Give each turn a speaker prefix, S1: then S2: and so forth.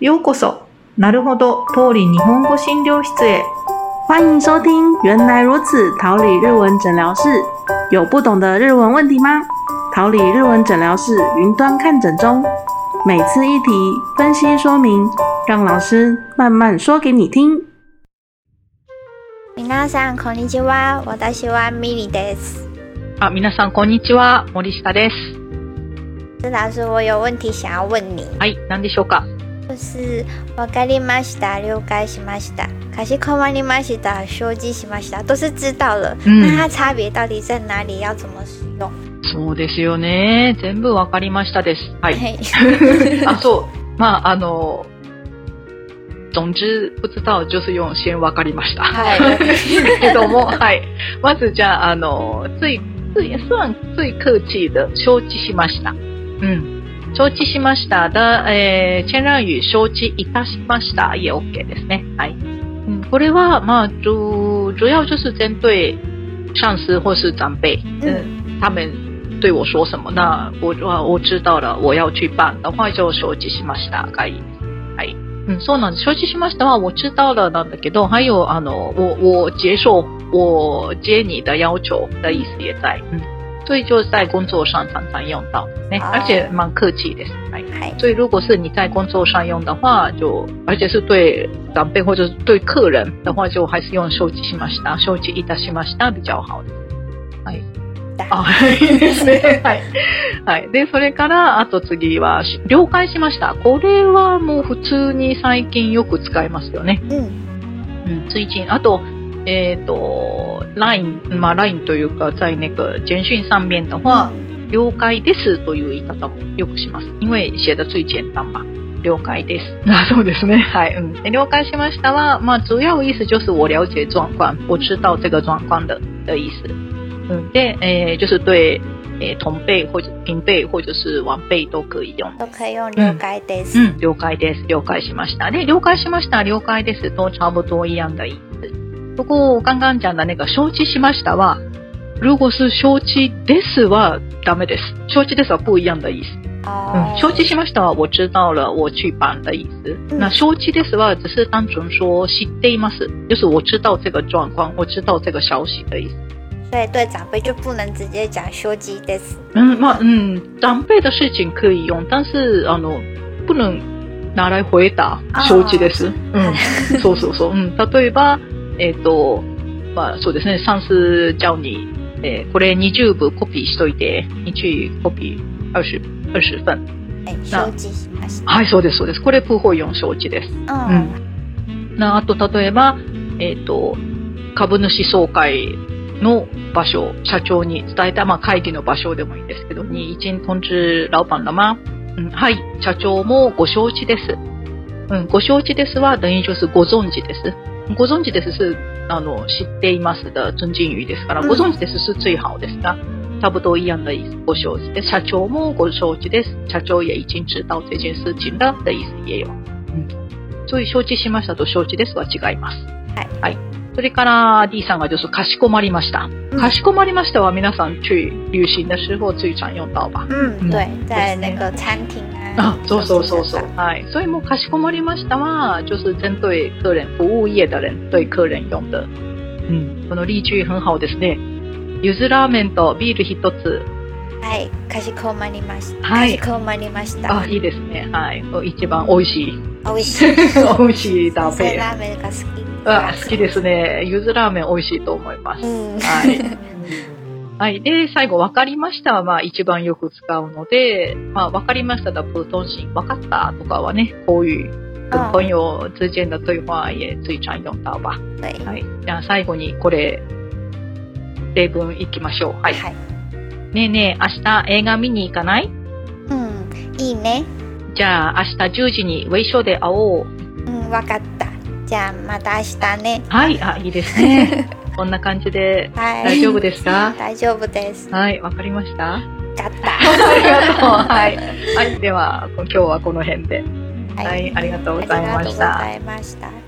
S1: ようこそ、なるほど、通り日本語診療室へ。
S2: 欢迎收听《原来如此》桃李日文诊疗室。有不懂的日文问题吗？桃李日文诊疗室云端看诊中，每次一题分析说明，让老师慢慢说给你听。
S3: 皆さんこんにちは。私はミリです。
S4: 啊，皆さんこんにちは、森下です。
S3: 是老师，我有问题想要问你，
S4: はい、何でしょうか。
S3: 就是わかりました、了解しました、かしこまりました、承知しました，都是知道了。
S4: 嗯
S3: 那它差别到底在哪里？要怎么使用？
S4: そうですよね。全部わかりましたです。はい。
S3: 嘿
S4: あ、そう。まあ、あの、总之、不知道就是用先わかりました。
S3: はい
S4: けども、はい。まずじゃあ、あの、つい、つい、算最客气的、承知しました。うん。承知しました。だ、えー、チェンランユ、承知いたしました。也 OK ですね。はい。うん、これは、まあ、主、主要就是针对上司或是长辈。嗯。他们对我说什么，那我啊我知道了，我要去办的话就承知しましたがいいです。はい。嗯，そうなんです。承知しましたは我知道了なんだけど、还有あの我我接受我接你的要求的意思也在。嗯，啊所以就是在工作上常常用到。ね、
S3: 哦
S4: 而且蛮客气的。哎はい。
S3: はい
S4: 所以如果是你在工作上用的话，就而且是对长辈或者是对客人的话，就还是用收集しました、收集いたしました比较好的。はい。あ、いいですね。はい。はい。で、それから、あと次は、し了解しました。これはもう普通に最近よく使いますよね。
S3: 嗯
S4: 嗯，最近あとえっ、と LINE まあ LINE というか在那个简讯上面的话，了解ですという言い方もよくします。因为写的最简单吧。了解です。 あそうですね。はい。うん。で了解しましたは、まあ、主要意思就是我了解状况，我知道这个状况的的意思。嗯，で、えー就是对、えー同辈或者平辈或者是晚辈都可以用。
S3: 都可以用了解です。
S4: 嗯，了解です。了解しました。で、了解しました。了解です。と差不多一样的意思。不过刚刚讲的那个承知しましたは，如果是承知ですはダメです。承知ですは不一样的意思。
S3: 哦
S4: 嗯，承知しましたは我知道了，我去办的意思。
S3: 嗯
S4: 那承知ですは只是单纯说知っています，就是我知道这个状况，我知道这个消息的意思。
S3: 所以对长辈就不能直接讲修机です。
S4: 嗯，まあ、嗯，长辈的事情可以用，但是あの不能拿来回答
S3: あー
S4: 承知です。嗯， そうそうそう。うん、例えばえっ、とまあそうですね、上司叫你えーこれ20部コピーしといて、你去コピー20二十份。
S3: 哎，
S4: 那
S3: 修机しました。
S4: はい、そうですそうです。これ不会用承知です。
S3: 嗯，
S4: なあと例えばえっ、と株主総会の場所社長に伝えた、まあ、会議の場所でもいいんですけどに一人通知老板様、うん、はい社長もご承知です、うん、ご承知ですは等于就是ご存知ですご存知です是あの知っています的尊敬语ですから、
S3: うん
S4: ご存知です是最好ですが差不多一样的意思，ご承知です。社長もご承知です。社長也已经知道这件事情了的意思也有。そういう承知しましたと承知ですは違います。はい。それから D さんが就是かしこまりました。
S3: 嗯
S4: かしこまりましたは皆さん去旅行的时候最常用到吧。
S3: 嗯，对，
S4: 对
S3: 在那个餐厅啊，
S4: 啊，そうそうそう
S3: 就是
S4: そう
S3: 这样。
S4: はい。所以もうかしこまりましたは就是针对个人服务业的人对客人用的。嗯，この例句很好ですね。ゆずラーメンとビール一つ。
S3: はい、かしこまりました。
S4: は
S3: か
S4: い
S3: しこまりました。
S4: あ、いいですね。はい。一番美味しい。
S3: 美味しい。
S4: 美味しいダー
S3: それ
S4: ペ
S3: ラーメンが好き。
S4: ン。あ、好きですね。ゆずラーメン美味しいと思います
S3: う。ん。
S4: はい。 はい。で、最後、わかりましたは、まあ、一番よく使うので、まあ、わかりましただ、普通信、わかったとかはね、こういう、
S3: ああ
S4: 朋友之間の对話也最常用到吧。
S3: 对。
S4: はい。じゃあ、最後に、これ、例文いきましょう。はい。
S3: はい。
S4: ねえねえ、明日映画見に行かない
S3: うん、いいね。
S4: じゃあ、明日10時にウェイショーで会おう。
S3: うん、わかった。じゃあまた明日ね。
S4: はい。あ、いいですね。 こんな感じで、
S3: はい。
S4: 大丈夫ですか
S3: 大丈夫です。
S4: はい。わかりました
S3: よかっ
S4: ありがとう。はい。はい。では、今日はこの辺で。
S3: た。
S4: はい、ありがとうござい
S3: あ
S4: ま
S3: りがとうご
S4: した。
S3: ざいました。